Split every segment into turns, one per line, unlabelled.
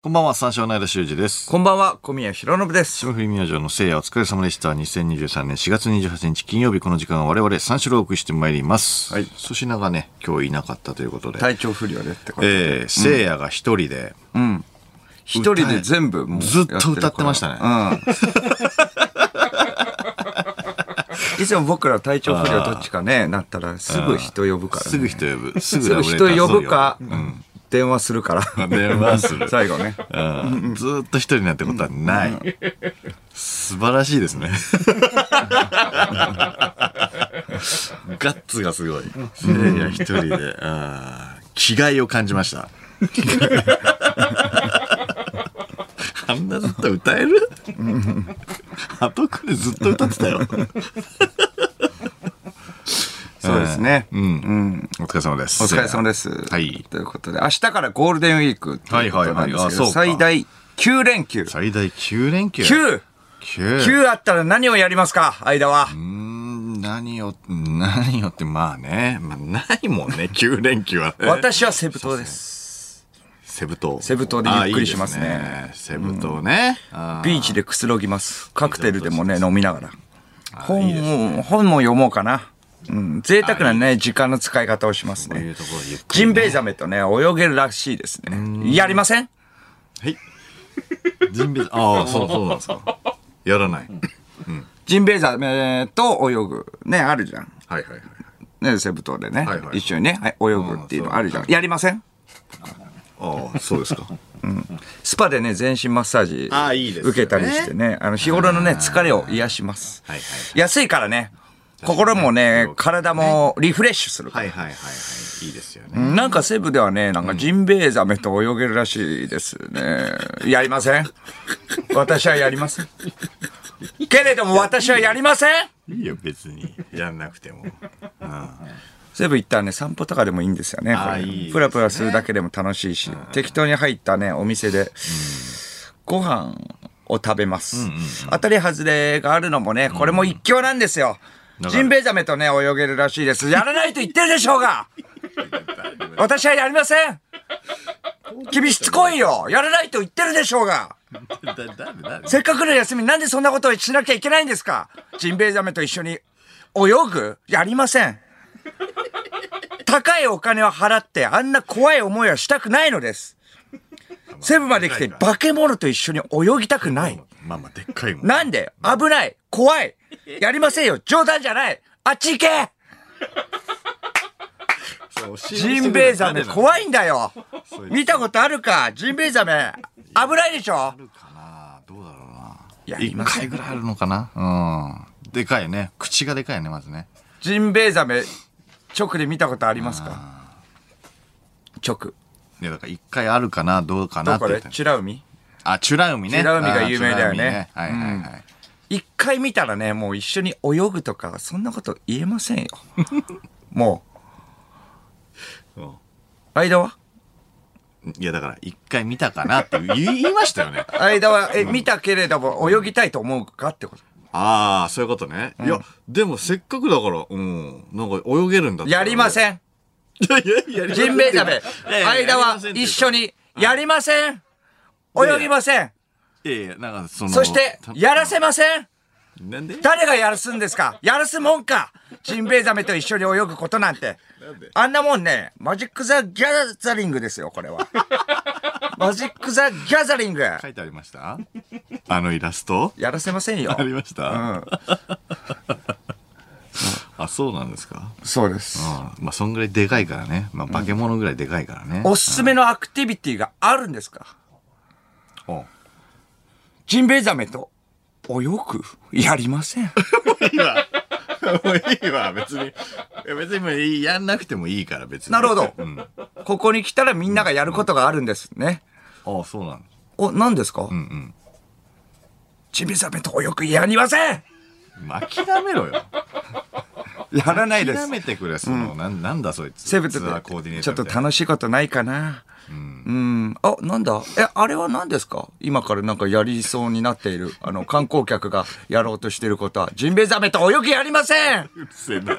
こんばんは、三四郎の間修二です。
こんばんは、小宮弘信です。
霜降り明星の聖夜お疲れ様でした。2023年4月28日金曜日この時間は我々三四郎をお送りしてまいります。
はい
粗品がね、今日いなかったということで。
体調不良でってこと。
えー、聖夜が一人で、
一人で全部もう
ずっと歌ってましたね
ね。うん。いつも僕ら体調不良どっちかね、なったらすぐ人呼ぶからね。
すぐ人呼ぶ。すぐ
すぐ
ラブレターズ
人
を
呼ぶか、電話するから。
電話する
最後ね。
うんずーっと一人なんてことはない。素晴らしいですね。 ガッツがすごい。せいや一人で、あー気概を感じました。 あんなずっと歌える後くでずっと歌ってたよ。
そうですね。
うん。お疲れ様です。。
お疲れ様ですす。
はい
ということで、明日からゴールデンウィークということなんです
はいはいはいあ
け
そうか
ど、最大9連休。
最大9連休。
9
9!
9あったら何をやりますか間は。
うーん何を、何をって、まあね、まあ、ないもん ね、9連休は、ね。
私はセブ島です。
セブ島。
セブ島でゆっくりしますね
ああいいですセブ島ね。あ
ビーチでくつろぎます。カクテルでもね、飲みながら。
あい
本
いです
も、本も読もうかな。うん、贅沢なね、時間の使い方をします
あこうい
ね
う。ところゆっくり
ジンベエザメとね、泳げるらしいですね。やりません
ジンベエああ、そう、そうなんですか。やらない。
ジンベエザメと泳ぐ。ね、あるじゃん。
はいはいはい。
ね、セブ島でね
はいは。い
一緒にね、はい泳ぐっていうのあるじゃん。やりません
ああ、そうです か。
スパでね、全身マッサージ
あいいですよね
受けたりしてね、あの日頃のね、疲れを癒します
はいは。
安いからね、心もね、体もリフレッシュするから
はいはいはいはい。いいですよね。
なんか西部ではね、なんかジンベエザメと泳げるらしいですね。やり ません私はやりません。けれども私はやりません
いいよ、別に。やんなくて も。
西部行ったらね、散歩とかでもいいんですよね。
あー
こ
い
れ
いですね
プラプラするだけでも楽しいし、適当に入ったね、お店で、ご飯を食べます。当たり外れがあるのもね、これも一興なんですよ。
だから
ジンベエザメとね、泳げるらしいです。やらないと言ってるでしょうが私はやりません君しつこいよやらないと言ってるでしょうが
だ、だ、だ、だ。
せっかくの休みなんでそんなことをしなきゃいけないんですかジンベエザメと一緒に泳ぐやりません高いお金を払ってあんな怖い思いはしたくないのですセブまで来て化け物と一緒に泳ぎたくない
まあまあ、でっかいもん。
なんで危ない怖いやりませんよ冗談じゃないあっち行け
そう
ジンベエザメ
い。
怖いんだよ見たことあるかジンベエザメ危ないでしょ
あるかなどうだろうな。
いや
一
今
回ぐらいあるのかなうん。でかいね。口がでかいね、まずね。
ジンベエザメ直で見たことありますか直
いやだから一回あるかなどうかな
ど
って
こ
言っ
で
たの
チュラ海
あチュラ海ね
チュラ海が有名だよね
あーチュラ海はいはいはい、
一回見たらねもう一緒に泳ぐとかそんなこと言えませんよ も
うん
う間はい
やだから一回見たかなって言い 言いましたよね
間はえ見たけれども泳ぎたいと思うかってこと
ああそういうことね、いやでもせっかくだからうんなんか泳げるんだ
やりま
ん
せん
いやいややりません
ジンベエザメ
いやいややり
間は
ませんっていう
一
か
緒にやりません泳ぎません
いやいやなんかその
そして
た
やらせません
なんで
誰がやらすんですかやらすもんかジンベエザメと一緒に泳ぐことなんて。あんなもんね、マジック・ザ・ギャザリングですよ、こ れは。マジック・ザ・ギャザリング。や
書いてありましたあのイラスト
らせませんよ
あ。りました、
うん、
あそうなんですか
そうです。
うんまあそんぐらいでかいからねまあ化け物ぐらいでかいからね、
おすすめのアクティビティがあるんですか
お
ジンベエザメと泳ぐやりません。
いいわ。もういいわ、別に。いや別にもういいやんなくてもいいから、別に。
なるほど
うん。あ
ここに来たらみんながやることがあるんですね。
あ、そうなん
お、何ですか、
うん
ジンベエザメと泳ぐやりません
うん。諦めろよ。
やらないです
諦。めてくれ、その、なんなんだそいつ。
セブ
ツ
ツ
アーコーディネー
ち
タ
ょっ
ー
と
みたいな。
楽しいことないかな。うん。あ、なんだえ、あれは何ですか今からなんかやりそうになっている、あの、観光客がやろうとしていることは、ジンベエザメと泳ぎやりません
うるせえな。
へ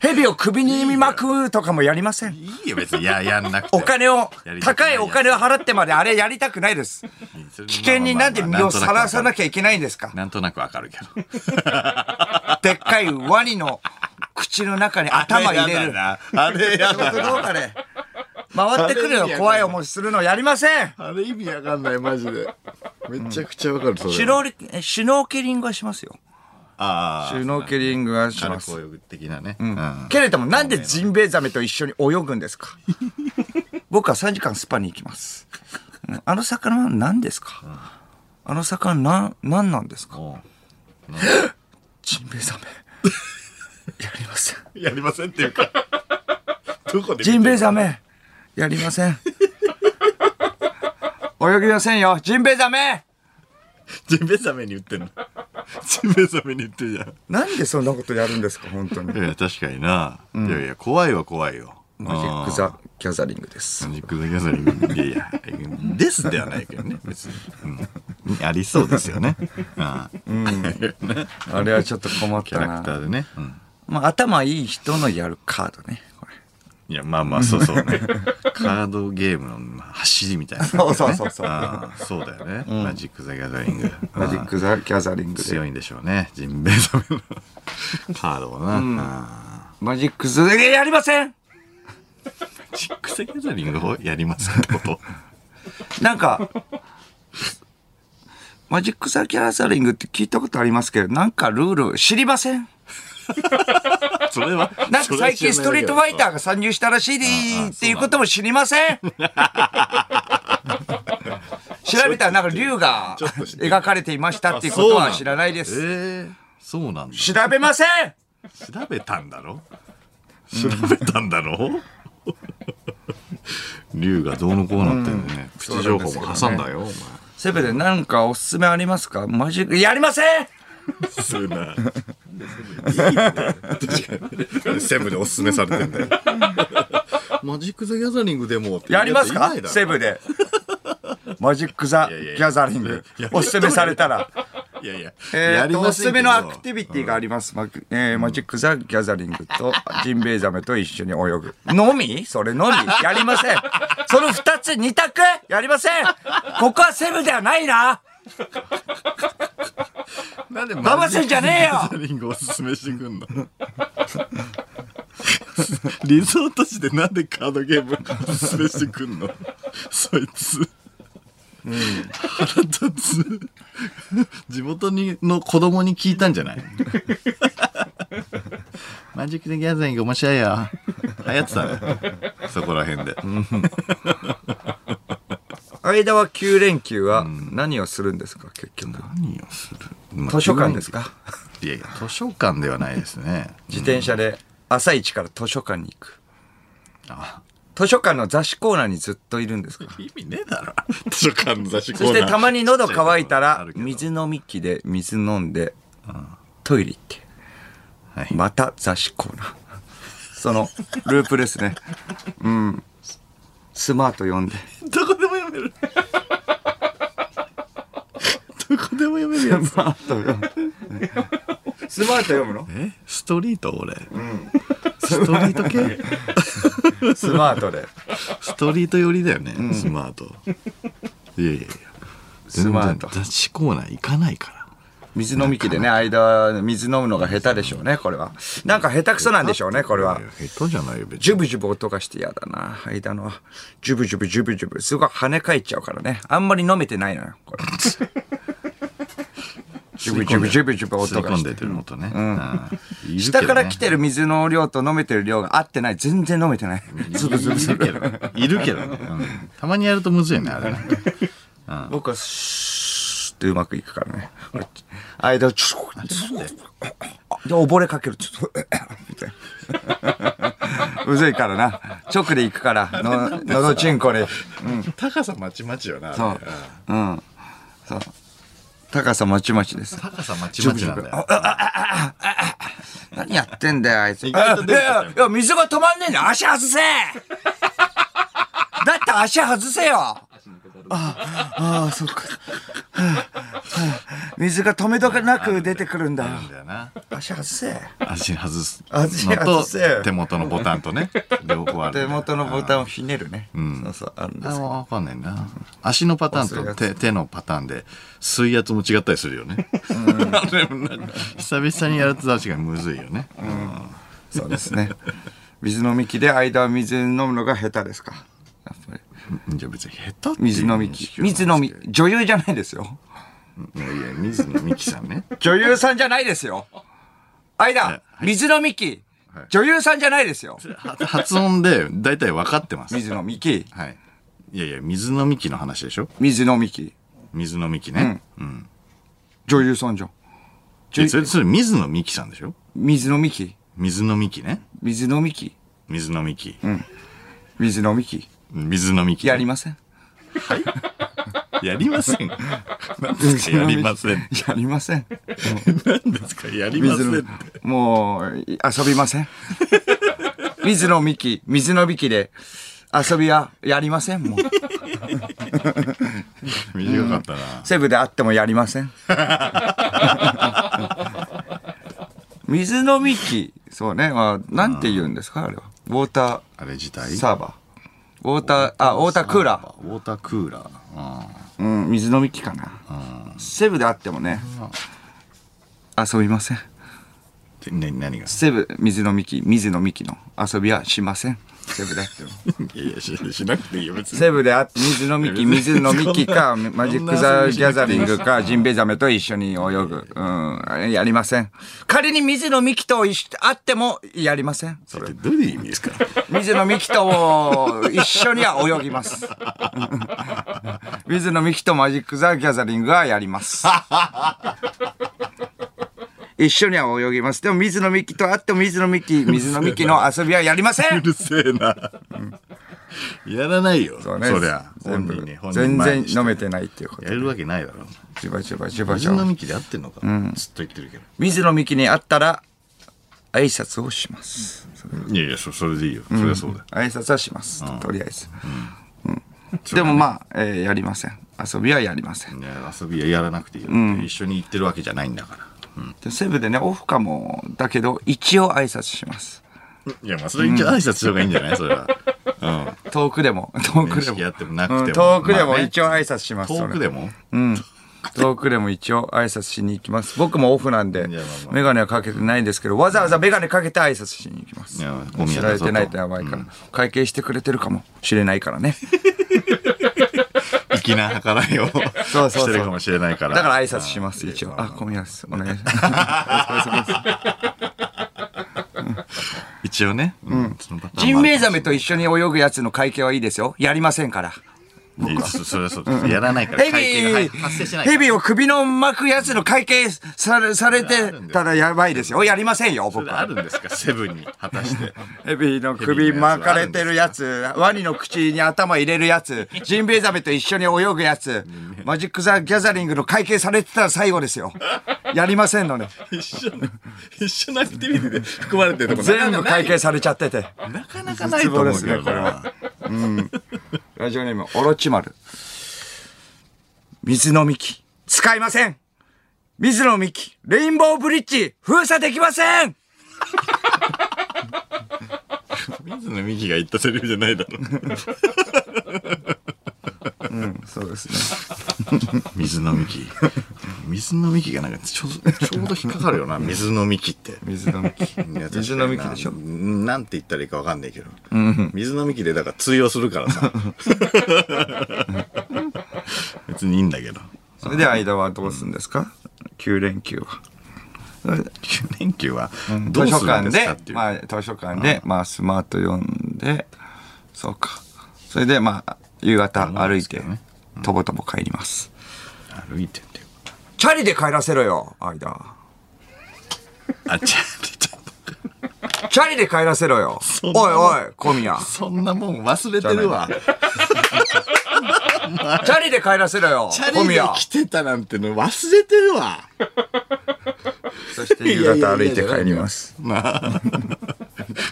テレビを首に巻くとかもやりません。
いいよ、別に。いや、やんなくて。
お金を
やり、たくない
高い
やつ
お金を払ってまであれやりたくな いです。
それ
危険になんで身をさらさなきゃいけないんですか
なんとなくわかるけど。
でっかいワニの口の中に頭入れる。
あれや
仕事
だ
どう
な。
かね。回ってくるの怖い思いするのやりません。
あれ意味わかんない、マジで。めちゃくちゃわかる、それ。
シュノーリえシュノーケリングはしますよ。
あ
シ
あ。
ュノーケリングはし
軽
ま
く
す。
泳ぐ的なね。うん
けれども、なんでジンベエザメと一緒に泳ぐんですか僕は3時間スパに行きます。うんあの魚は何ですかあの魚な、何なんですか
も
ジンベエ ザメ。やりません。
うやりませんって いうか。どこで
ジンベエザメ。やりません。泳ぎませんよ。ジンベエザメ
ジンベエザメに言ってんの。ジンベエザメに言ってるじゃん。
なんでそんなことやるんですか本当に。
いやいや、確かにな。いやいや、怖いは怖いよ。
マジック・ザ・ギャザリングです。
マジック・ザ・ギャザリング。いやいや、ですではないけどね、別に。うん、ありそうですよ ね。ああ
あれはちょっと困っ
キャ
た
ラクタ
な。
ーでね。うん
まあ、頭いい人のやるカードね。これ
いや、まあまあ、そうそうね。 カードゲームのまあ走りみたいな。
そうそうそうそう
ああそうだよね。マジック・ザ・ギャザリング。
マジック・ザ・ギャザリングで。
強いんでしょうね。ジンベエザメのカードもな。ああ
マジック・ザ・えやりません
マジック・ザ・ギャザリングをやりますってこと
なんか、マジック・ザ・ギャザリングって聞いたことありますけど、なんかルール知りません
それは。
なんか最近ストリートファイターが参入したらしいで
ああ
っていうことも知りま せん調べたらなんか竜が
ちょっと知ってる
描かれていましたっていうことは知らないで
え
す。
えそうなんだ。
調べません
調べたんだろ調べたんだろ竜がどうのこうなってんだね。プチ情報も挟んだよ、お前。
セブでなんかおすすめありますかマジック、やりません
すな。確かに。セブでおすすめされてんだよ。マジック・ザ・ギャザリングでもって
やりますかセブで。 マジック・ザ・
い
ギ
やいや
ャザリング
いや。
おすすめされたら。
いやいや。
えーとおすすめのアクティ
ビ
ビティがあります。マジえーマジック・ザ・ギャザリングとジンベエザメと一緒に泳ぐ。のみそれのみやりません。その二つ、二択やりません。ここはセブではないな。
なんで
騙せんじゃねえよ
マジックギャザリングおすすめしてくんの リゾート地でなんでカードゲームおすすめしてくんのそいつ。腹立つ。地元にの子供に聞いたんじゃないマジックでギャザリング面白いよ。流行ってたね。そこら辺で。
間は9連休は何をするんですか、結局。
何をする、まあ
図書館ですか
いやいや、図書館ではないですね。
自転車で朝一から図書館に行く。
あ
図書館の雑誌コーナーにずっといるんですか
意味ねえだろ。 図書館の雑誌コー
そ
ナー
して たまに喉乾いたら
あるけど
水飲み器で水飲んでトイレ行って
はい
また雑誌コーナーそのループですねうんスマート読んで
どこでも読める。どこでも読めるやつ。
スマート読むスマート読む の
えストリート俺。ストリート系
スマートで
ストリート寄りだよね、スマート。いやいやいや。
スマート
全然雑誌コーナー行かないから。
水飲み器でね間水飲むのが下手でしょうねこれはなんか下手くそなんでしょうねこれは。
下手じゃないよ、別
ジュ
に。
ブジュブ音がして嫌だな。間の、ジュブジュブジュブジュブ。すごい跳ね返っちゃうからね。あんまり飲めてないのよ、こ れ。ジュブジュブジュブジュブ
吸
音
い
が
込ん
し
で
て。
てる音ね。うん
下から来て
る
る水の量と飲めてる量が合ってない。全然飲めてない。ズブズブズ
け
ブ。
どね。いるけどね。うんたまにやるとむずいよね、あれ ね。
僕は、シューってうまくいくからね。間を、ちょっと、で、溺れかける。ち ょっと、みたいな。むずいからな。直で行くから、の、のどちんこに。
高さまちまちよな。あれ
そう。うん。そう。高さまちまちです。
高さまちまちなんだよ。
何やってんだよ、あいつ。い
外
や
と
い
出てたよ
や、いや水が止まんねえんだよ。足外 せだって足外せよああ、ああ、そっ か。はあはあ水が止めどなく出てくるんだよ。
なんだよな。
足外せ。
足外す
足
の
外
と
せよ
手元のボタンとね両方ある
手元のボ
ン
タンをひねるね。そうそう、あるんですけど。
分かんないな足のパターンと手手のパターンで水圧も違ったりするよね あれもなんか久々にやると確かにむずいよね
そうですね。水飲み器で間は水飲むのが下手ですか。やっぱり。
うんじゃあ別に下手っていう
水飲み
認識
器。
はない
水飲み、女優じゃないですよ。
いやいや水野美紀さんね
女優さんじゃないですよ。間、水飲み器。女優さんじゃないですよ。
は発音で大体分かってます
水飲み器。
はいいやいや水野美紀の話でしょ
水飲み器。
水野美紀ね、うん
女優さんじゃん。
いやそれそれ水野美紀さんでしょ
水飲み器。
水野美紀ね
水飲み器。
水野美紀、
水飲み器。
水野美紀ね
やりません。
やりませ ん。何ですかやりません。
やりません。
何ですかやりませんって。
もう、い遊びません。水の幹、水の幹で遊びはやりません。もう、
短かったな。
セブであってもやりません。水の幹、そうね、まあ、なんて言うんですか、あれは。ウォータ
あれ自体
ーサーバー。ウォーター、あ、ウォータークーラー。
ウォータークーラー。
うん、水の幹かな。セブであってもね、遊びません。
うん。でね、何が
セブ、水の幹、水の幹の遊びはしません。セブであっても。
いやいやし、しなくていいよ、 別に。
セブであって水の幹、水の幹か、マジック・ザ・ギャザリングか、ジンベエザメと一緒に泳ぐ。うん、やりません。仮に水の幹と一緒あってもやりません。そ
だっ
れ
てどういう意味ですか
水の幹と一緒には泳 ぎます。水の幹とマジック・ザ・ギャザリングはやります。一緒には泳ぎます。でも水の幹とあっても水の幹、水の幹の遊びはやりません
うるせえな。やらないよ。
そ
そう
ね
りゃ。本
全部
人に。本人
全
前
然
にして
飲めてないっていうこと
や。るわけないだろ。
しばしばしばし
水野
ば。
美紀で合ってんのかずっと言ってるけど。
水の幹に会ったら、挨拶をします。
いやいや、そそれでいいよ。それはそうだよ。
挨拶はします。とりあえず。うんでもまあ、えーやりません。遊びはやりません。
いや遊びはやらなくていいよ。一緒に行ってるわけじゃないんだから。
でセブでね、オフかも、だけど、一応挨拶します。
いや、まあ、それに挨拶した方がいいんじゃないそれは。う
遠くで も、遠
ん。
く
面
でも
識。あってもな
う
くて
ん
も。
遠くで
ま
も
あね
一応挨拶します。
遠く
それ
でも
うん。遠くでも一応挨拶しに行きます。僕もオフなんで
いやまあま、あ
メガネはかけてないんですけど、わざわざメガネかけて挨拶しに行きます
いやゴ。ミ
知
屋
ら
だ
れ
ぞと
てないとやばいから。会計してくれてるかもしれないからね。
粋な計らいを
そうそう
してるかもしれないから。
だから挨拶します、
あー
一
い
応。
や
あ、小宮です。お願いしま す。
一応ね。うん。そのパターン
ジ
も
ン
ある
ベエザメと一緒に泳ぐやつの会計はいいですよ。やりませんから。
いやそそれはそうです。やらないから。
ヘ
会計がはい
ビ
発生し
ー、
ない
ヘ
から。
ビを首の巻くやつの会計されされてたらやばいですよ。やりませんよ、
そ
僕
れあ
は。
るんですかセブンに果たして。
ヘビの首巻かれてるやつ、ワニの口に頭入れるやつ、ジンベエザメと一緒に泳ぐやつ、マジック・ザ・ギャザリングの会計されてたら最後ですよ。やりませんのね。
一緒の、一緒のアクティビティで含まれてるとこ
全部会計されちゃってて。
なかなかないと思うけど
絶望ですねこれは
な。
ラジオネーム、オロチマル。水の幹、使いません水の幹、レインボーブリッジ、封鎖できません
水野美紀が言ったセリフじゃないだろ。
そうですね。
水の幹水の幹がなんかちょうちょうど引っかかるよな水の幹って
水 の幹。
いや
水の幹でしょ
確かにななんて言ったらいいかわかんないけど、水の幹でだから通用するから さ別にいいんだけど
それで間はどうするんですか ?9 連休は。
9連休はどう
図書
するん
館
ですかっ
で
て、いう、
まあ、図書館で、まあ、スマート読んで、そうか。それで、まあ、夕方歩いて、とぼとぼ帰ります。
歩いてってよ
チャリで帰らせろよ、間。
あちゃちゃ
チャリで帰らせろよ。お
そ
い
んな
おい、小宮。
そんなもん忘れてるわ
チャリで帰らせろよ、
チャ
小
リで
宮。
来てたなんての忘れてるわ
そして夕方歩いて帰ります。
なあ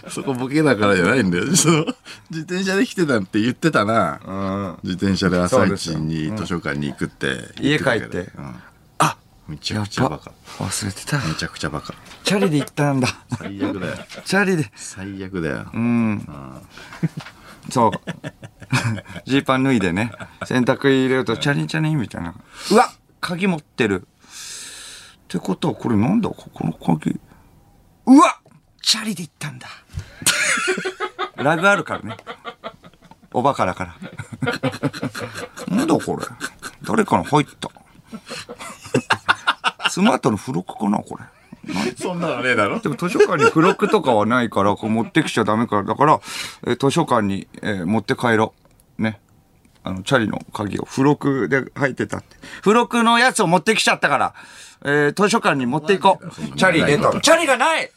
そこボケだからじゃないんだよ。その自転車で来てたって言ってたな。自転車で朝一に図書館に行くって言
家
て
帰
たけ
っ
ど
て
うん、
あ、
めちゃくちゃバカ。
忘れてた。
めちゃくちゃバカ。
チャリで行ったんだ。
最悪だよ。
チャリで。
最悪だよ。
うん。そう。 ジーパン脱いでね、洗濯入れると、チャリンチャリンみたいな。うわ鍵持ってる。ってことは、これなんだここの鍵。うわチャリで行ったんだ。ラグあるからね。おバカだから。なんだこれ。誰かの入った。スマートの付録かなこれ。
そんなのねえだろ
でも図書館に付録とかはないから、こう持ってきちゃダメから、だから、えー図書館に、えー持って帰ろう。ね。あの、チャリの鍵を付録で入ってたって。付録のやつを持ってきちゃったから、えー図書館に持っていこう。チャリ出た。チャリがない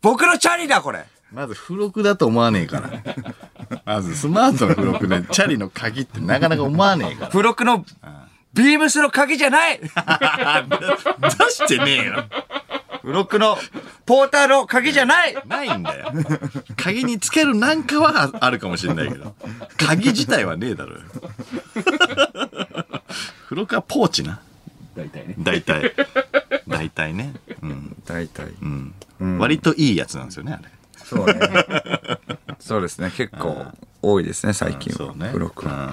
僕のチャリだ、これ。
まず付録だと思わねえから。まずスマートの付録で、チャリの鍵ってなかなか思わねえか
付録の、ビームスの鍵じゃ ない
ら。出してねえよ。
付録の、ポーターの鍵じゃない
ないんだよ。鍵につけるなんかはあるかもしれないけど、鍵自体はねえだろ。 付録はポーチな。
大体ね。
大体。大体ね。うん。
大体。
割といいやつなんですよね、あれ。
そうね。そうですね。結構多いですね、最近
そ
は。
うね。
付録は。
う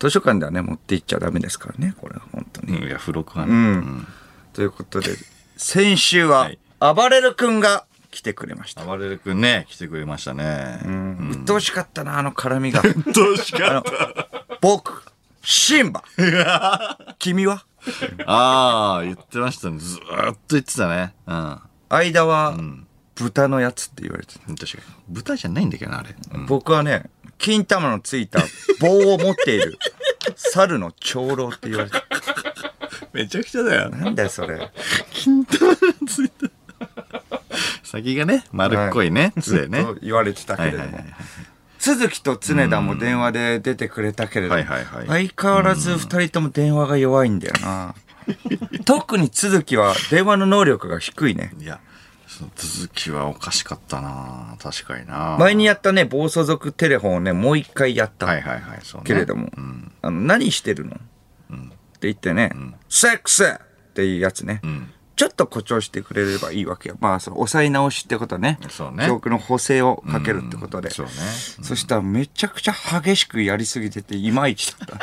図書館ではね、持って行っちゃダメですからね、これは本当に。
んうん。いや、付録は
う
ね。
ん。ということで、先週は、暴れる君が来てくれました。
暴れる君ね、来てくれましたね。うん。
鬱陶しかったな、あの絡みが。
どうしか
僕、シンバ。君は
ああ、言ってましたね。ずーっと言ってたね。うん。
間は、豚のやつって言われてた。
確かに。舞台じゃないんだけどな、あれ。うん
僕はね、金玉のついた棒を持っている、猿の長老って言われてた。
めちゃくちゃだよ。
なんだよ、それ。
先がね、丸っこいね、杖 ね。
と言われてたけれども、
はいはいはい
鈴木と常田も電話で出てくれたけれども、
はいはいはい
相変わらず二人とも電話が弱いんだよな 特に鈴木は電話の能力が低いね
いや、その続きはおかしかったな確かにな
前にやったね暴走族テレフォンをねもう一回やった、
はいはいはい、そうね
けれども、
うん。
あの何してるの、って言ってね、セックスっていうやつね、
ん
ちょっと誇張してくれればいいわけよまあその抑え直しってことね
そうね
記憶の補正をかけるってことで、
そうね。
そしたらめちゃくちゃ激しくやりすぎてていまいちだっ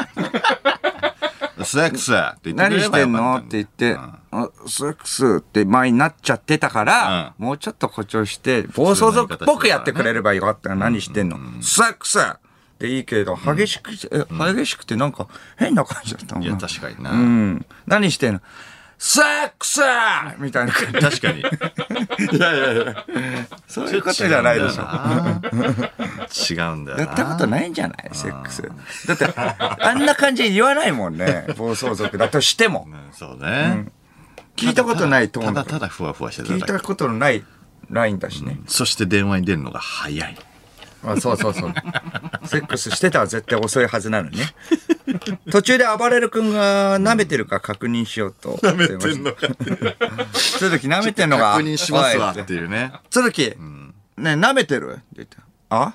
た。
セックスって言ってく
何
れれ
し
ば
て
よ
んの
か
ったて
だ
言って、あセックスって前になっちゃってたから、
う
もうちょっと誇張して、暴走族っぽくやってくれればよかったら何してんの、セックスっていいけれど、激しくて、え激しくてなんか変な感じだったもん
い
な
や、確かにな、
うん。何してんのセックスみたいな感
確
じ。
かに。いやいやいや。
そういうことじゃないでしょ。
ょ。 違うんだよな。
やったことないんじゃないセックス。だって、あんな感じで言わないもんね。暴走族だとしても。
うんそうね。
聞いたことないトー
た
ンだ
だただふわふわして
聞い
ただ
た
け。
ことのないラインだしね。
そして電話に出るのが早い。
あそうそうそう。セックスしてたら絶対遅いはずなのにね。途中で暴れる君が舐めてるか確認しようと。舐めてんのか。鈴木舐めてんのが。
確認しますわ
おい
っていうね。
鈴木、ねえ舐めてるって言って。あ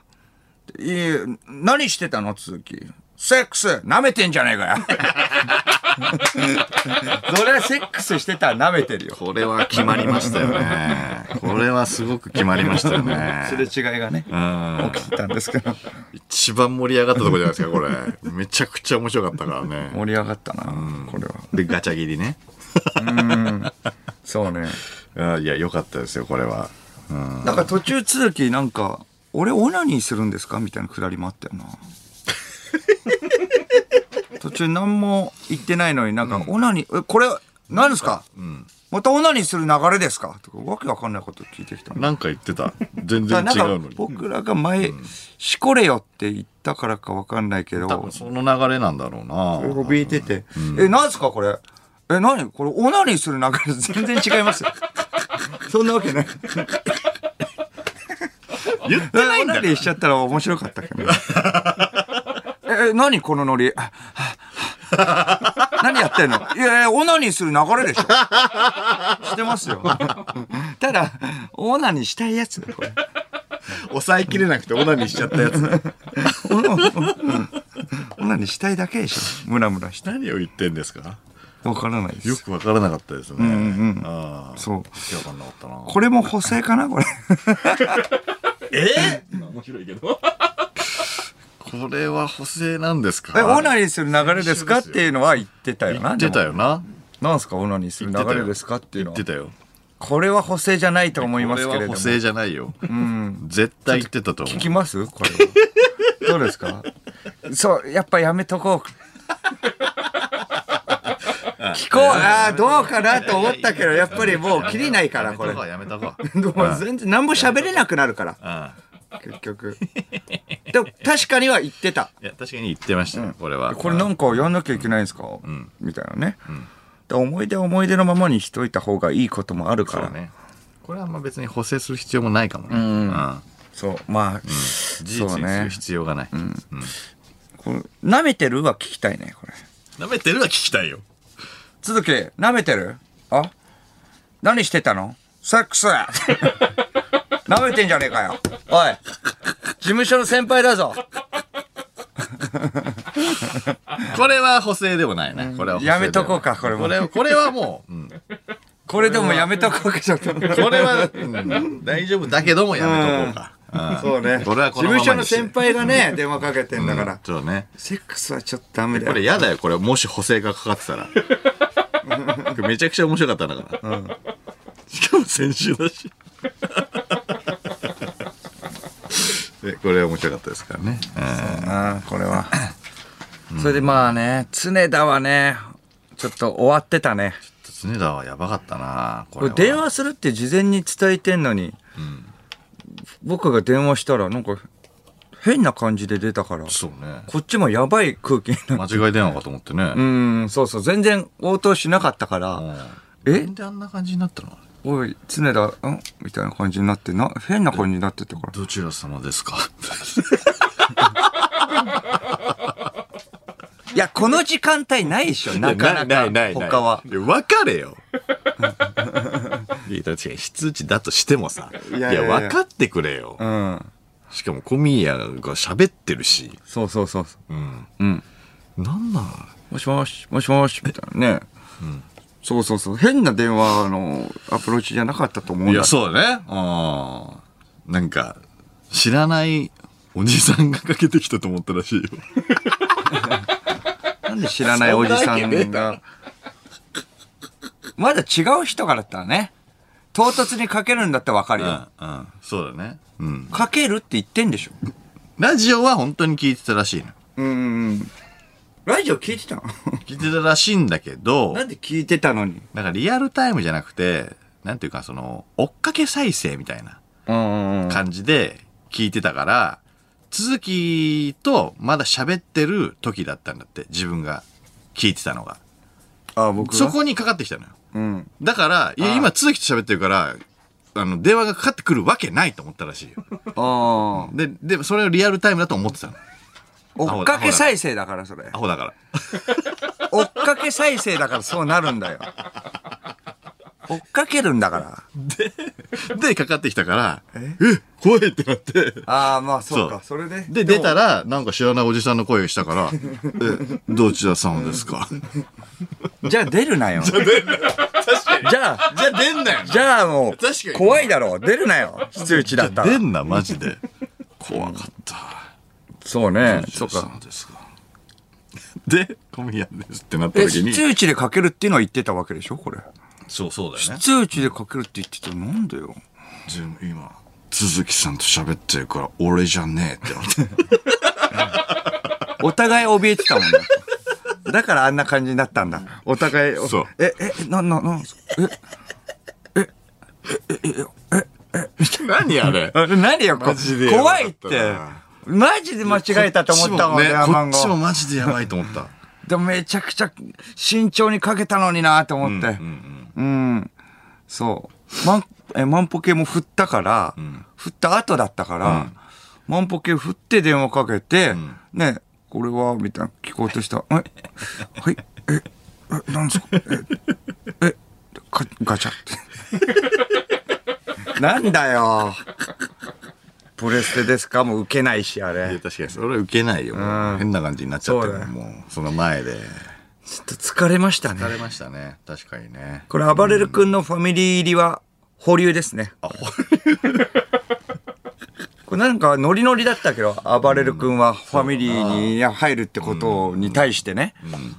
いえ、何してたの鈴木。セックス舐めてんじゃねえ かよ。それはセックスしてたら舐めてるよ。
これは決まりましたよね。 これはすごく決まりましたよ
すれ
ね。
違いがね、
うん
起きてたんですけど。
一番盛り上がったとこじゃないですか、こ れ。めちゃくちゃ面白かったからね。
盛り上がったな、これは。
で、ガチャ切りね。
そうね。
あいや、良かったですよ、これは。うん
なんか途中続きなんか、俺オナニーするんですかみたいなくだりもあった よな。途中何も言ってないのになんか、オナニー、え、これ、何ですか、またオナニーする流れですかとか、わけわかんないこと聞いてきたの。
なんか言ってた。全然
だ
違
からな
うんの
か
に。
僕らが前、しこれよって言ったからかわかんないけど、
多分その流れなんだろうな。
怯えてて、え、何すかこれ。え、何これ、オナニーする流れ全然違いますよ。 そんなわけない。
言って
オナニーしちゃったら面白かったけどね。 え、何このノリ。 あああ何やってんのいやいや、オナニーする流れでしょ。してます よ。ただ、オナニーしたいやつ。これ
抑えきれなくてオナニーしちゃったやつ。
オナオナにしたいだけでしょ。ムラムラし た。
何を言ってんですか
わからないです。
よくわからなかったですね。ああ
そう。
ー、わかんなかったな。
これも補正かなこれ。え
面白い けど。
これは補正なんですか
え、オナニーする流れですかっていうのは言ってたよ
言
な。
ってた
でも。
よな。
なんすかオナニーする
言ってた
流
よ
れですかっていうの
言っ
は
て。たよ。
これは補正じゃないと思いま
こ
す
れ
けれ
は
ども。
補正じゃないよ。絶対言ってたと思
聞
う。
きますこれは。どうですかそう、やっぱやめとこう。聞こう。ああ、どうかなと思ったけど、やっぱりもう切りないから、これ。
やめとこうやめとこう。
もう全然、何も喋れなくなるから、
ああ
結局。でも、確かには言ってた。
いや、確かに言ってましたよ、これは。
これなんかやんなきゃいけないんですかみたいなね。で思い出思い出のままにしといた方がいいこともあるか
そう
ら。
ね。これはあんま別に補正する必要もないかもね。うん
そう、まあ、
事実にす
そうね
る必要がない。うん
この舐めてるは聞きたいね、これ。
舐めてるは聞きたいよ。
続き、舐めてるあ何してたのセッ クス舐めてんじゃねえかよ。おい、事務所の先輩だぞ。
これは補正でもないね。これは補正でもない
やめとこうかこれも
これこれはもう、うん
これでもやめとこうか、ちょっと。
これは、うん大丈夫だけどもやめとこうか。うん
そうね。
これは
事
このままにし
務
て
所の先輩がね、電話かけてんだから。
そうね。
セックスはちょっとダメだ
こ
よ。
れ嫌だよ、これ。もし補正がかかってたら。めちゃくちゃ面白かったんだから。しかも先週だし。でこれは面白かったですからね。うん
ああ、これは。それでまあね、常田はね、ちょっと終わってたね。
常田はやばかったなこ
こ
れ
れ
は
電話するって事前に伝えてんのに、僕が電話したらなんか変な感じで出たから、
そうね。
こっちもやばい空気になる。
間違い電話かと思ってね。
うん、そうそう、全然応答しなかったから、
うん
え
なんであんな感じになったの
おい、常田、んみたいな感じになってな、変な感じになってたから。
どちら様です か
いや、この時間帯 ないでしょ、なかなか。他は。
いや分かれよ いや確かに非通知だとしてもさいや
いやいや
分かってくれよ、
うん。
しかも小宮が喋ってるし
そうそうそうそう。
うん
うん。
なんなの
もしもし、もしもし、みたいなね。そうそうそう。変な電話のアプローチじゃなかったと思うんだ
いやそうだねうんなんか知らないおじさんがかけてきたと思ったらしいよ
なんで知らないお じさ
そんなわけねえ
ん
だ
が。まだ違う人からだったらね。唐突にかけるんだったらわかる
う
よ。
んうんそうだねうん
かけるって言ってんでしょ。
ラジオは本当に聞いてたらしいの
うん。ラジオ聞いてたの
聞いてたらしいんだけど
なんで聞いてたのに。
なんかリアルタイムじゃなくて、なんていうかその、追っかけ再生みたいな
うんうん。
感じで聞いてたから、続きとまだ喋ってる時だったんだって、自分が聞いてたのが。
あ、僕
そ
は。
こにかかってきたのよ。
うん。
だから、いや今続きと喋ってるから、あの、電話がかかってくるわけないと思ったらしいよ。
ああ。
で、で、それをリアルタイムだと思ってたの。
追っかけ再生だから、それ
ア。ホだから。
追っかけ再生だからそうなるんだよ。追っかけるんだから。
で、かかってきたから、え怖いってなって。
ああ、まあそう
そ
か。
う
それで。
で、出たら、なんか知らないおじさんの声がしたから、え、どちら様ですか
じゃあ出るなよ。じゃあ、
じゃあ出んなよ
じゃあも
確かに
う、怖いだろう。出るなよ。非通知だった
出
ら。
んなマジで怖かった
そうね。そ
ど
う
ちら
か。
様ですかで小宮ですってなった
え、
時
非
に
通知でかけるっていうのは言ってたわけでしょこれ。
そうそうだよ
非通知でかけるって言ってたらなんだよ。
今鈴木さんと喋ってるから俺じゃねえってなって
お互い怯えてたもんね。だからあんな感じになったんだ。お互い、お
そう
え、え、な、な、な、
何あれ
え、何よ、こ
マジでやばか
怖
っ
いったて
な。
マジで間違えたと思ったもんね、ア
こ
マン
っ
ゴ
ちもマジでやばいと思った
でもめちゃくちゃ慎重にかけたのになと思って。うんそう。万、え、万歩計も振ったから、振った後だったから、万歩計振って電話かけて、ね、これは、みたいな聞こうとしたら、え、はい、え、え、なんですかえ、え、か ガチャって。なんだよ。プレステですかもう受けないし、あれ。
確かにそれは受けないよ。もう変な感じになっちゃってる
そうだよ
もう、その前で。
ちょっと疲れましたね
疲。れましたね。確かにね。
これ、暴れる君のファミリー入りは、保留ですね。あ、保留 これなんかノリノリだったけど、暴れる君はファミリーに入るってことに対してね。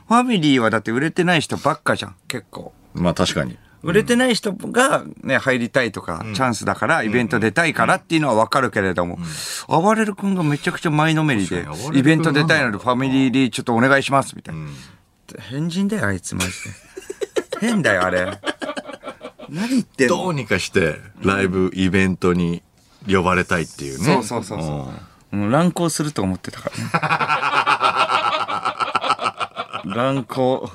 ファミリーはだって売れてない人ばっかじゃん、結構。
まあ確かに。
売れてない人がね、入りたいとか、チャンスだから、イベント出たいからっていうのはわかるけれども、暴れる君がめちゃくちゃ前のめりで
確かに暴、れる君
イベント出たいのでファミリーリーちょっとお願いします、みたいな。変人だよ、あいつマジで。変だよ、あ れ。何言ってんの
どうにかして、ライブ、イベントに呼ばれたいっていうね。
そうそうそうそう。もう乱行すると思ってたから ね。乱行。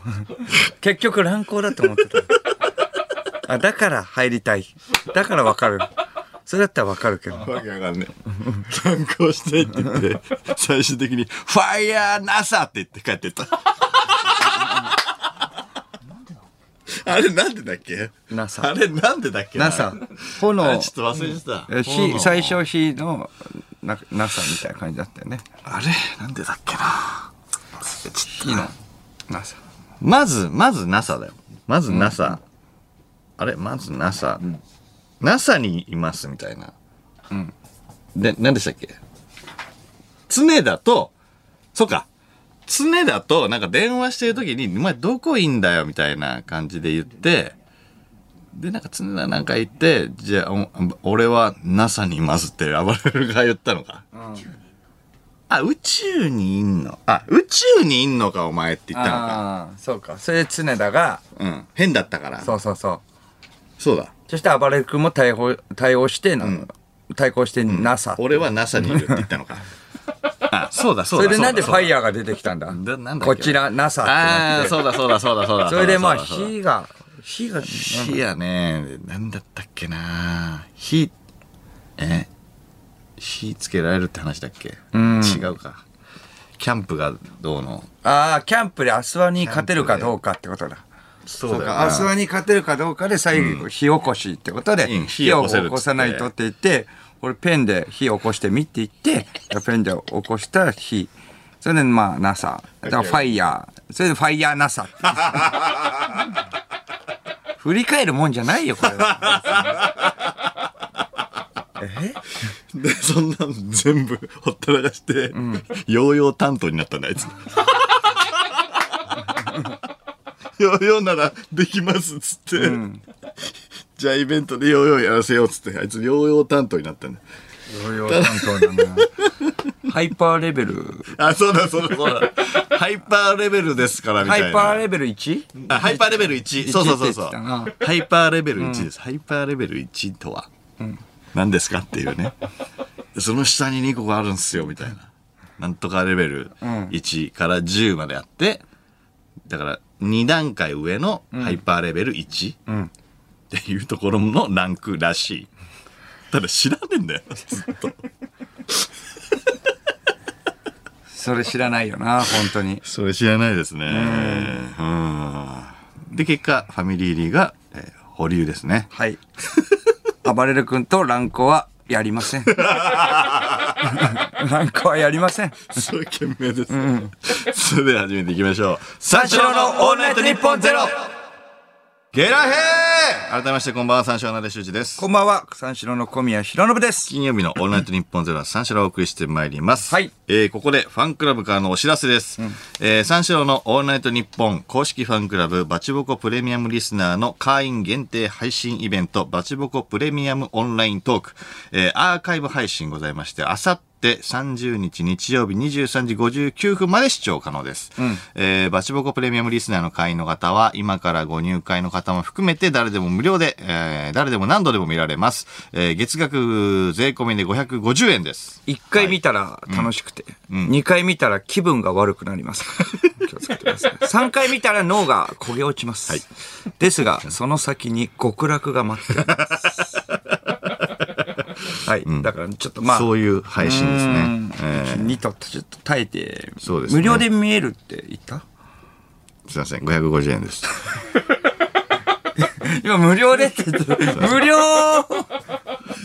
結局乱行だと思ってた。あ、だから入りたい。だからわかる。それだったらわかるけど。
わけわかんねえ。乱行したいって言って、最終的に、ファイヤーナサって言って帰ってった。 あれなんでだっけ
NASA
あれなんでだっけ
NASA
あれ。
炎
あちょっと忘れてた。
え
炎
火、最初火のな NASA みたいな感じだったよね。
あれなんでだっけな忘れちゃった
火の NASA。
まず、まず NASA だよ。まず NASA。あれまず NASA。NASA にいますみたいな。で、何でしたっけ常だと、そうか。常だと、なんか電話してる時に、お前どこいんだよみたいな感じで言って、で、なんか常だなんか言って、じゃあ、お俺は NASA にいますって暴れるが言ったのか。あ、宇宙にいんの。あ、宇宙にいんのか、お前って言ったのか。
ああ、そうか。それで常田が、
うん。変だったから。そ
そううそうそう。
だ。
そして暴れる君も対応対応してな、対抗して NASA、
俺は NASA にいるって言ったのか。 あ、そうだ、そう
そ
だ。
れでなんでファイ
ヤ
ヤーが出てきたんだ
だなんだっけ
こちら NASA ってな
あ
っ
あ
て
ー、そうだ、そうだ、そうだ、そうだ。
それでまあ
そうだそうだ
火が火が
火やね。なんだったっけな。火、え火つけられるって話だっけ違うか。キャンプがどうの。
ああキャンプでアスワに勝てるかどうかってことだ
そ
そうかアスワに勝てるかどうかで最後火起こしってことで、
うん
火
火
を
を起こせるっつって
起こさないとって言って俺ペンで火起こしてみって言ってペンで起こした火それでまあ NASA だからファイヤーそれでファイヤー NASA って言って振り返るもんじゃないよこれは え
で、そんなん全部ほったらかして、ヨーヨー担当になったん だ、あいつ。ヨーヨーならできますっつって、じゃあイベントでヨーヨーやらせようっつって、あいつヨーヨー担当になったんだ。
ヨーヨー担当だなハイパーレベル
あ、そうだ、そうだ、そうだ。ハイパーレベルですから、み
ハ
たいな。
イパーレベル 1?
あハイパーレベル1。そうそうそうそう。
一って言ってたな
ハイパーレベル1です。ハイパーレベル1とは、何ですかっていうね。その下に2個があるんですよ、みたいな。なんとかレベル1から10まであって、だから2段階上のハイパーレベル1っていうところのランクらしい。ただ知らねえんだよ、ずっと。
それ知らないよな本当に
それ知らないですね。うんで、結果、ファミリーリーが、えー保留ですね。
はい。 暴れる君と乱行はやりません。 乱行はやりません。
すごい懸命です、それでは始めていきましょう三
四郎のオールナイトニッポンゼロ
ゲラヘー改めましてこんばんは三四郎の出修二です
こんばんは、三四郎の小宮弘信です。
金曜日のオールナイトニッポンゼロは三四郎をお送りしてまいります。
はい
えーここでファンクラブからのお知らせです。えー三四郎のオールナイトニッポン公式ファンクラブバチボコプレミアムリスナーの会員限定配信イベントバチボコプレミアムオンライントーク、えーアーカイブ配信ございまして、あさって30日日曜日23時59分まで視聴可能です、えーバチボコプレミアムリスナーの会員の方は今からご入会の方も含めて誰でも無料で、えー誰でも何度でも見られます、えー月額税込みで550円です
一回見たら楽しくて、二回見たら気分が悪くなり ます。気をつけてください。三回見たら脳が焦げ落ちます。ですが、その先に極楽が待っています。はい。だからちょっとまあ、
そういう配信です
う
ね
ん。にとってちょっと耐えて、
そうですね
無料で見えるって言った
すいません、550円です。
今無料でって言ってた無料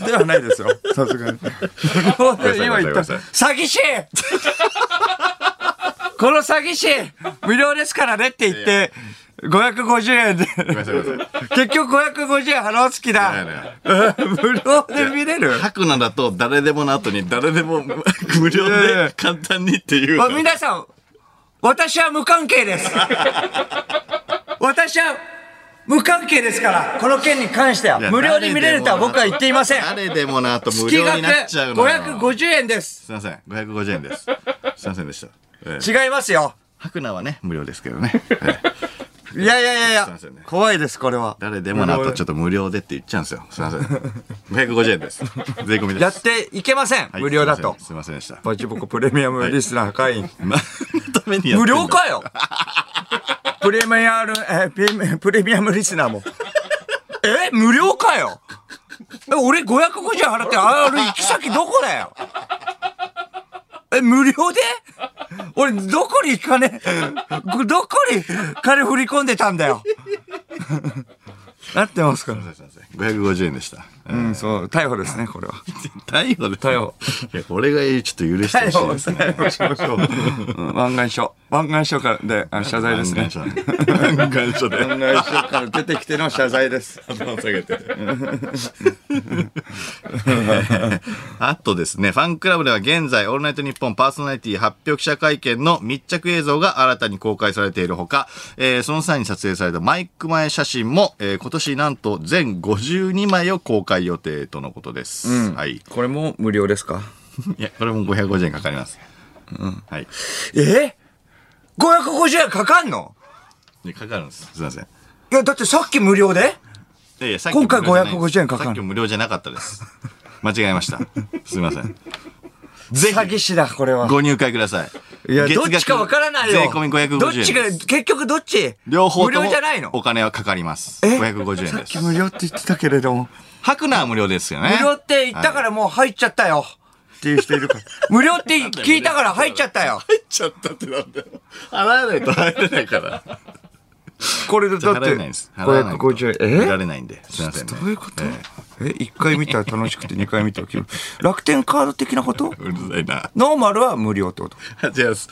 ではないですよ。さすがに。今言った。詐欺師 この詐欺師無料ですからねって言って、550円で。
ごめんなさいごめんなさい
結局550円払う好き
いやい
だ
や。
え無料で見れる
白菜だと誰でもの後に誰でも 無料
いやいや
で簡単にっていう。
まあ皆さん、私は無関係です。私は無関係ですから、この件に関してはい
や
無料で見れるとは僕は言っていません。
誰でもの後無
月
料
額
になっちゃうのよ。
550円です。
すいません、550円です。すいませんでした。ええ
違いますよ。
白菜はね、無料ですけどね。ええ
いやいやい
すい
やいや
ませんね、
怖いです、これは。
誰でもの後ちょっと無料でって言っちゃうんですよ。すいません。550円です。税込みです。
やっていけません、
はい
無料だと。
すいませんすいませんでした。
バチボコプレミアムリスナー会員。
まのためにやって
無
んだ
料か よプレミアル、えープレミ、プレミアムリスナーも。え無料かよえ、俺550円払って、あれ行き先どこだよえ、無料で俺、どこに金、どこに金振り込んでたんだよなってますから。
すいません。550円でした。
うん、そう、逮捕ですね、これは。
逮捕で
逮捕。
いや、これがちょっと許してほしいですね。
逮捕しましょう。湾岸署。湾岸署からで、あ謝罪ですね。
案外所で。
湾岸署から出てきての謝罪です。
頭を下げて。 あとですね、ファンクラブでは現在、オールナイトニッポンパーソナリティ発表記者会見の密着映像が新たに公開されているほか、えーその際に撮影されたマイク前写真も、えー今年なんと全52枚を公開予定とのことです。はい。い
これも無料ですか
や、これも550円かかります。はい。
え ?550 円かかんの
でかかるんです。すいません。
いや、だってさっき無料で
いやいやさっき
今回
無料じゃない
550円かかる
さっき無料じゃなかった です。間違えました。すいません。
ぜ詐欺師だ、これは。
ご入会ください。
いや、
月
どっ
額
ちかわからないよ。
税込み550円です。
どっちが、結局どっち
両方とも
無料じゃないの
お金はかかります。
え
550円
さっ
で
き
す。
無料って言ってたけれども。
白菜は無料ですよね。
無料って言ったからもう入っちゃったよ。っていう人いるから。 無料って聞いたから入っちゃった よ。
入っちゃったってなんだよ。払わないと入れないから。
これだっ
払えないです。払えないと。見られないんで。すいませんね。
どういうことえ、1回見たら楽しくて2回見たら気分楽天カード的なこと
うるさいな。
ノーマルは無料ってこと
違うっす。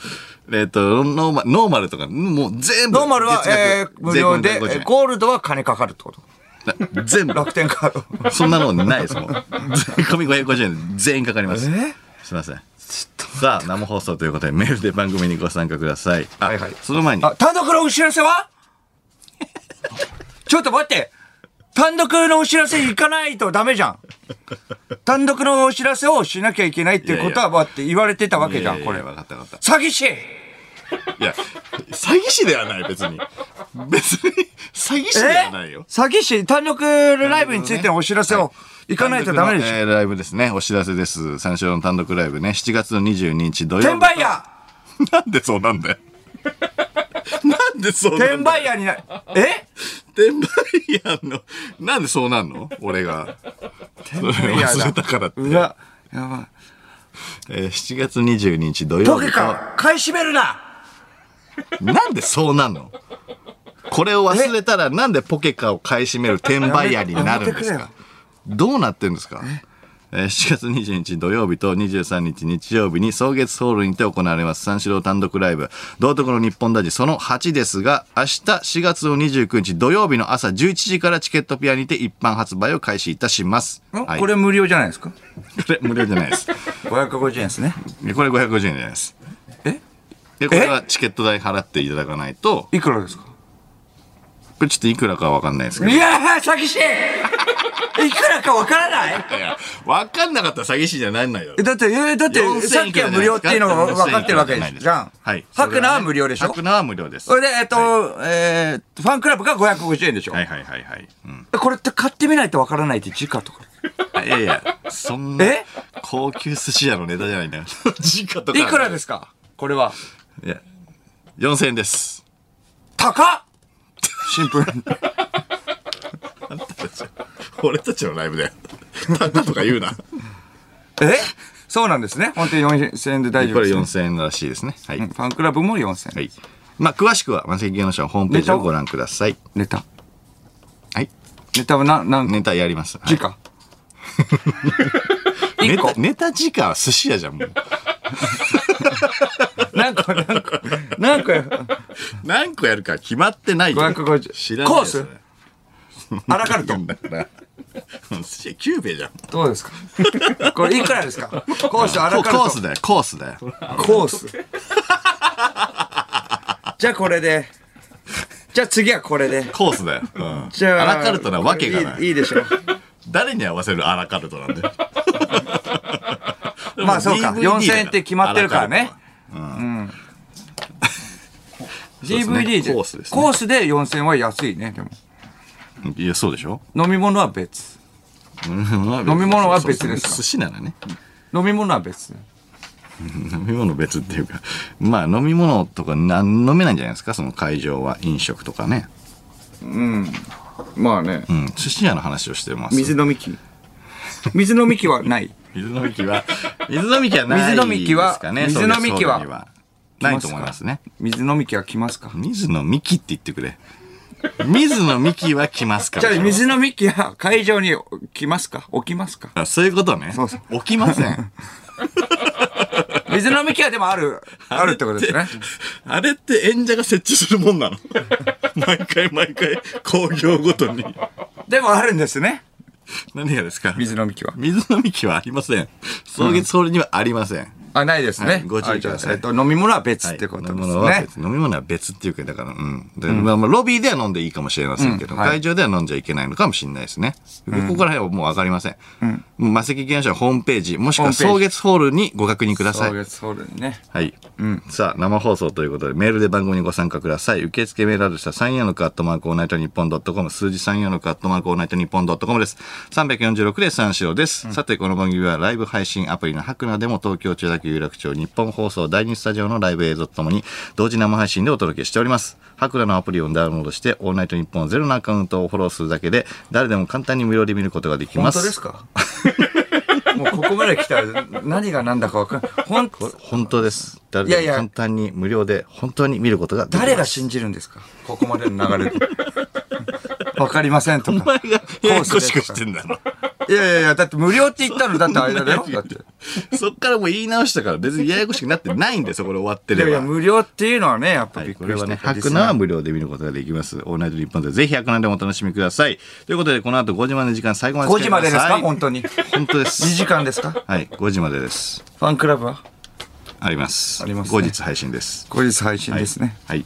えっと、ノーマル、ノーマルとか、もう全部。
ノーマルは、
月額
えー無料で、え
税込み
ーゴールドは金かかるってこと
550円全部。
楽天カード。
そんなのないですもん。税込み550円全員かかります。
え
すいません。さあ、生放送ということでメールで番組にご参加ください。あ
はいはい
その前に、
あ、単独のお知ら せはちょっと待って単独のお知らせ行かないとダメじゃん単独のお知らせをしなきゃいけないっていうことは、
い
まあって言われてたわけじゃ
い
ん、
やい
こ
やいや
れは。
分かった分かっ
詐欺師
た。いや、詐欺師ではない、別に。別に、詐欺師ではないよ。
詐欺師単独ライブについてのお知らせを行かないとダメで
単
しょ。
独のえーライブですね。お知らせです。三四郎の単独ライブね。7月の22日土曜日。
転売屋
なんでそうなんだよ。 なんでそうなんだよ
転売屋にな、え
転売屋の、なんでそうなんの俺が。それ忘れたからって。
うわ、やばい。
えー7月22日土曜
ト
日
ゲ
と
か買い占めるな
なんでそうなんのこれを忘れたらなんでポケカを買い占める転売屋になるんです
やめ
かどうなってんですかえー7月22日土曜日と23日日曜日に草月ホールにて行われます三四郎単独ライブ道徳の日本大事その8ですが明日4月の29日土曜日の朝11時からチケットピアにて一般発売を開始いたします、
ん
はい
これ無料じゃないですか
これ無料じゃないです
550円ですね
いやこれ550円じゃないです
え
でこれはチケット代払っていただかないと
いくらですか
これちょっといくらかは分かんないですけど
いやー詐欺師 いくらかわからない
いや、わかんなかったら詐欺師じゃなんないよ
え。だって、えだって、さっきは無料っていうのが分かってるわけでしょじゃん。
はい。
白菜は無料でしょ
白菜は無料です。
それで、えっと、
は
えーファンクラブが550円でしょ、
いはいはいはいはい。うん。
これって買ってみないとわからないって時価とか。
あいやいや、そんな
え、
高級寿司屋のネタじゃないんだよ。 時価とか。
いくらですすかこれは。
いや、4000円です。
高っシンプルに。
俺たちのライブで。タカとか言う な。
えそうなんですね。本当に4000円で大丈
こ
夫
れ
です、ね。
4000円らしいですね。はい。
うんファンクラブも4000
は
円。
い。まあ、詳しくは、マセキ芸能社のホームページをご覧ください。
ネタ。
はい。
ネタはな、なん、
ネタやります。はい
時価。
ネ
一個
タ、ネタ時間は寿司屋じゃん、もう。
何個何個何個
何個やるか決まってないよ。
550
知らないよ
コース
それ
アラカルト
だから。寿司屋 キューベじゃん。
どうですかこれいくらですかコースア
コ
ラカルト
コースだよ、コースだよ。
コース。じゃあこれで。じゃあ次はこれで。
コースだよ。うん
じゃあ。
アラカルトなわけがない
い。いいでしょう。
誰に合わせるアラカルトなん で。
まあそうか。
DVD だ
4000円って決まってるからね。うん。DVD で
コースですね
コースで4000円は安いね。でも。
いや、そうでしょ
飲み物は別。
飲
み物は別ですか
寿司ならね。
飲み物は別。
飲み物別っていうか、まあ飲み物とかなん飲めないんじゃないですか、その会場は飲食とかね。
まあね
う。ん、寿司屋の話をしてます。
水飲み器。水飲み器はない。
水飲み器は、 水飲み器はない
水飲み器は
ですかね。
水飲み器は
そういうソーダにないと思いますね。
水飲み器は来ますか
水野美紀って言ってくれ。水野美紀は来ますか
じゃ
ら。
あ水飲み器は会場に来ますか置きますか
あそういうことね。
そうそう
起きません。
水飲み器はでも ある、あるってことですね。
あれって演者が設置するもんなの 毎回毎回、工業ごとに。
でもあるんですね。
何がですか
水飲み器は。
水飲み器はありません。草月ホールにはありません。
あ、ないですね。
はいご注意ください
あじゃあえっと飲み物は別
はい
ってこと
飲み
ですね。
物は別飲み物は別っていうか、だから、うん。でまあまあ、ロビーでは飲んでいいかもしれませんけど、
うんはい
会場では飲んじゃいけないのかもしれないですね。ここら辺はもうわかりません。うん。魔石技能者ホームページ、もしくは
ホームページ
草月ホールにご確認ください
そう。ですそうですね。
はい。さあ、生放送ということで、メールで番組にご参加ください。受付メールアドレスは346アットマークオールナイトニッポンドットコム、数字346アットマークオールナイトニッポンドットコムです。346で三四郎です。さて、この番組はライブ配信アプリのハクナでも東京千代田区有楽町日本放送第2スタジオのライブ映像とともに、同時生配信でお届けしております。ハクナのアプリをダウンロードして、オールナイトニッポンゼロのアカウントをフォローするだけで、誰でも簡単に無料で見ることができ
本
ます。
当ですか もうここまで来たら何が何だかわかんない。ほん
本当です。誰
いやい
でも
や
簡単に無料で本当に見ることができます。
誰が信じるんですかここまでの流れで。 わかりませんと
お前
か。
がややこしくしてんだろ。
いやいやいや、だって無料って言ったのだって間だよ。だって。
そっからもう言い直したから別にややこしくなってないんでそこで終わって
いやい
れ
や、
ば。
無料っていうのはね、やっぱ
は
び
い、
っ
こ
く
れ
りし
はね、
た。
白菜は無料で見ることができます。オールナイト日本でぜひ白菜でもお楽しみください。ということで、この後5時までの時間最後まで
5時までですか
本
本 当に。2
本当です。
時間ですか
はい、5時までです。
ファンクラブは
あります。
ありますね
後日配信です。
後日配信
はい
ですね。。
はい。